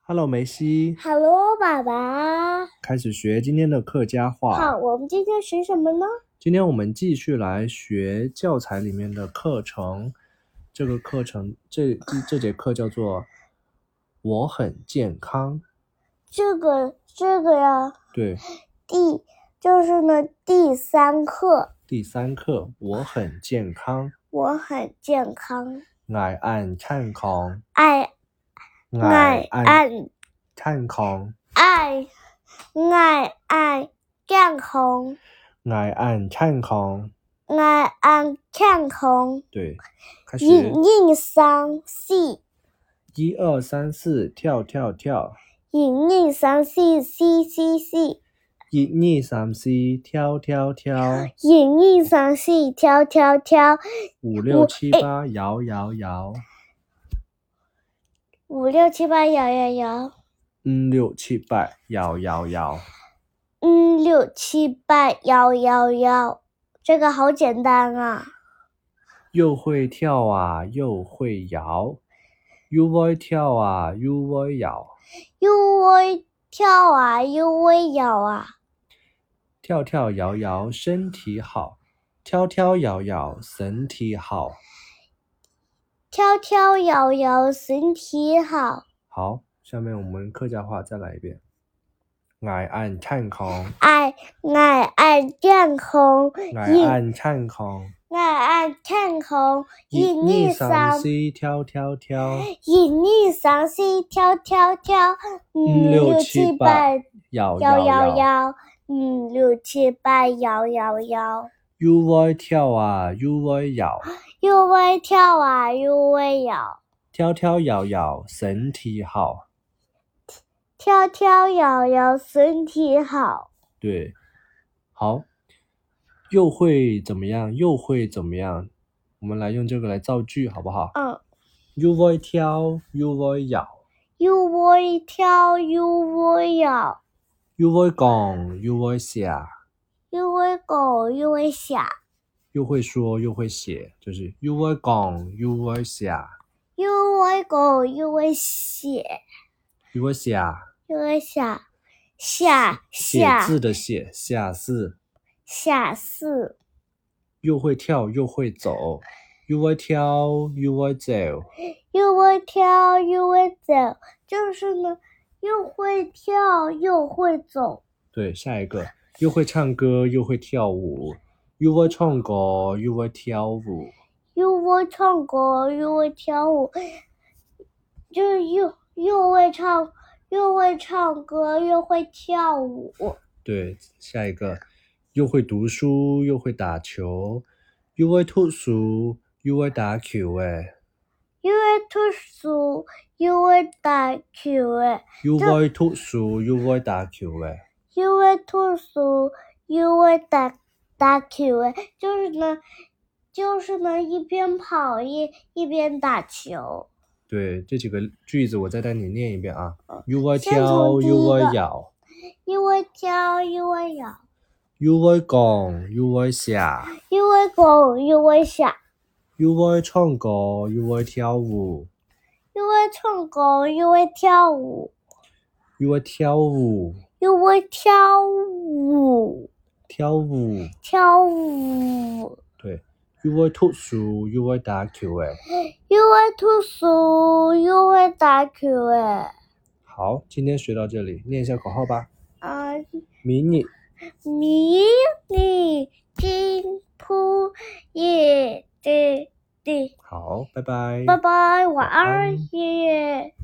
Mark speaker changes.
Speaker 1: Hello，梅西，
Speaker 2: Hello，爸爸。
Speaker 1: 开始学今天的客家
Speaker 2: 好，
Speaker 1: 话。
Speaker 2: 我们今天学什么呢？
Speaker 1: 今天我们继续来学教材里面的课程。这个课程，这这节课叫做“我很健康
Speaker 2: 这个这个呀，”。
Speaker 1: 对，
Speaker 2: 第就是呢第三课，
Speaker 1: 第三课“我很健康
Speaker 2: 我很健康，”，
Speaker 1: 爱按看康，
Speaker 2: 爱爱
Speaker 1: 按
Speaker 2: 爱
Speaker 1: 看康，
Speaker 2: 爱爱爱健康，
Speaker 1: 爱按看康。
Speaker 2: 爱爱健康。
Speaker 1: 对，开始
Speaker 2: 一一三四，
Speaker 1: 一二三四，跳跳跳。
Speaker 2: 一二三四四四四，
Speaker 1: 一二三四，跳跳跳，
Speaker 2: 一二三四跳跳跳，
Speaker 1: 五六七
Speaker 2: 哎
Speaker 1: 八，摇摇摇，
Speaker 2: 五六七八摇摇摇。
Speaker 1: 五嗯六七八，摇摇摇。
Speaker 2: 嗯，六七八幺幺幺，这个好简单啊！
Speaker 1: 又会跳啊，又会摇，又会跳啊，又会摇，
Speaker 2: 又会跳啊，又会摇啊，
Speaker 1: 跳跳摇摇，身体好，跳跳摇摇，身体好。
Speaker 2: 跳跳摇摇，身体好。
Speaker 1: 好，下面我们客家话再来一遍。爱按唱空，
Speaker 2: 爱爱爱天空，
Speaker 1: 爱按唱空，
Speaker 2: 爱爱天空，
Speaker 1: 一
Speaker 2: 一
Speaker 1: 二
Speaker 2: 二
Speaker 1: 三
Speaker 2: 三
Speaker 1: 四，跳跳跳。
Speaker 2: 一二三四，跳跳跳，
Speaker 1: 嗯
Speaker 2: 嗯，
Speaker 1: 六
Speaker 2: 六
Speaker 1: 七
Speaker 2: 七
Speaker 1: 八
Speaker 2: 八
Speaker 1: 摇
Speaker 2: 摇
Speaker 1: 摇
Speaker 2: 摇，摇，嗯，六七八摇摇摇，
Speaker 1: 又会跳啊，又会摇，
Speaker 2: 又会跳啊，又会摇。
Speaker 1: 跳跳摇摇，身体好。
Speaker 2: 跳跳摇摇，身体好。
Speaker 1: 对，好，又会怎么样？又会怎么样？我们来用这个来造句，好不好？
Speaker 2: 嗯，
Speaker 1: 又会跳，又会摇，
Speaker 2: 又会跳，又会摇，
Speaker 1: 又会讲，又会写，
Speaker 2: 又会狗，又会想，
Speaker 1: 又会说，又会写，就是又会讲，又会写，
Speaker 2: 又会狗，又会写，
Speaker 1: 又会写，啊
Speaker 2: 又会想，下
Speaker 1: 写
Speaker 2: 下
Speaker 1: 字的写，写字。
Speaker 2: 下四，
Speaker 1: 又会跳又会走，又会跳又会走，
Speaker 2: 又会跳，又会走，就是呢，又会跳，又会走，
Speaker 1: 对，下一个又会唱歌又会跳舞，又会唱歌又会跳舞，
Speaker 2: 又会唱歌，又会跳舞，就是又又会唱，又会唱歌，又会跳舞，
Speaker 1: 对，下一个又会读书又会打球，又会读书又会打球，哎，
Speaker 2: 又会读书，又会打球，哎，
Speaker 1: 又会读书又会打球，哎，
Speaker 2: 又会读书，又会打打球，哎，就是呢，就是呢，一边跑一一边打球。
Speaker 1: 对，这几个句子我再带你念一遍啊，又会
Speaker 2: 先
Speaker 1: 跳
Speaker 2: 从第
Speaker 1: 又
Speaker 2: 一
Speaker 1: 会
Speaker 2: 个
Speaker 1: 摇，
Speaker 2: 又会跳，又会摇，
Speaker 1: 又会讲又会写。
Speaker 2: 又会拱，又会想，
Speaker 1: 又会唱歌，又会跳舞，
Speaker 2: 又会唱歌，又会跳舞。
Speaker 1: 又会跳舞，
Speaker 2: 又会跳舞，
Speaker 1: 跳舞，
Speaker 2: 跳舞，
Speaker 1: 对，又会读书，又会打球，哎，
Speaker 2: 又会读书，又会打球，哎，
Speaker 1: 好，今天学到这里，念一下口号吧。
Speaker 2: 啊，
Speaker 1: 迷你
Speaker 2: 迷你金铺夜的的，
Speaker 1: 好，拜拜，
Speaker 2: 拜拜，晚
Speaker 1: 晚安
Speaker 2: 安，夜夜。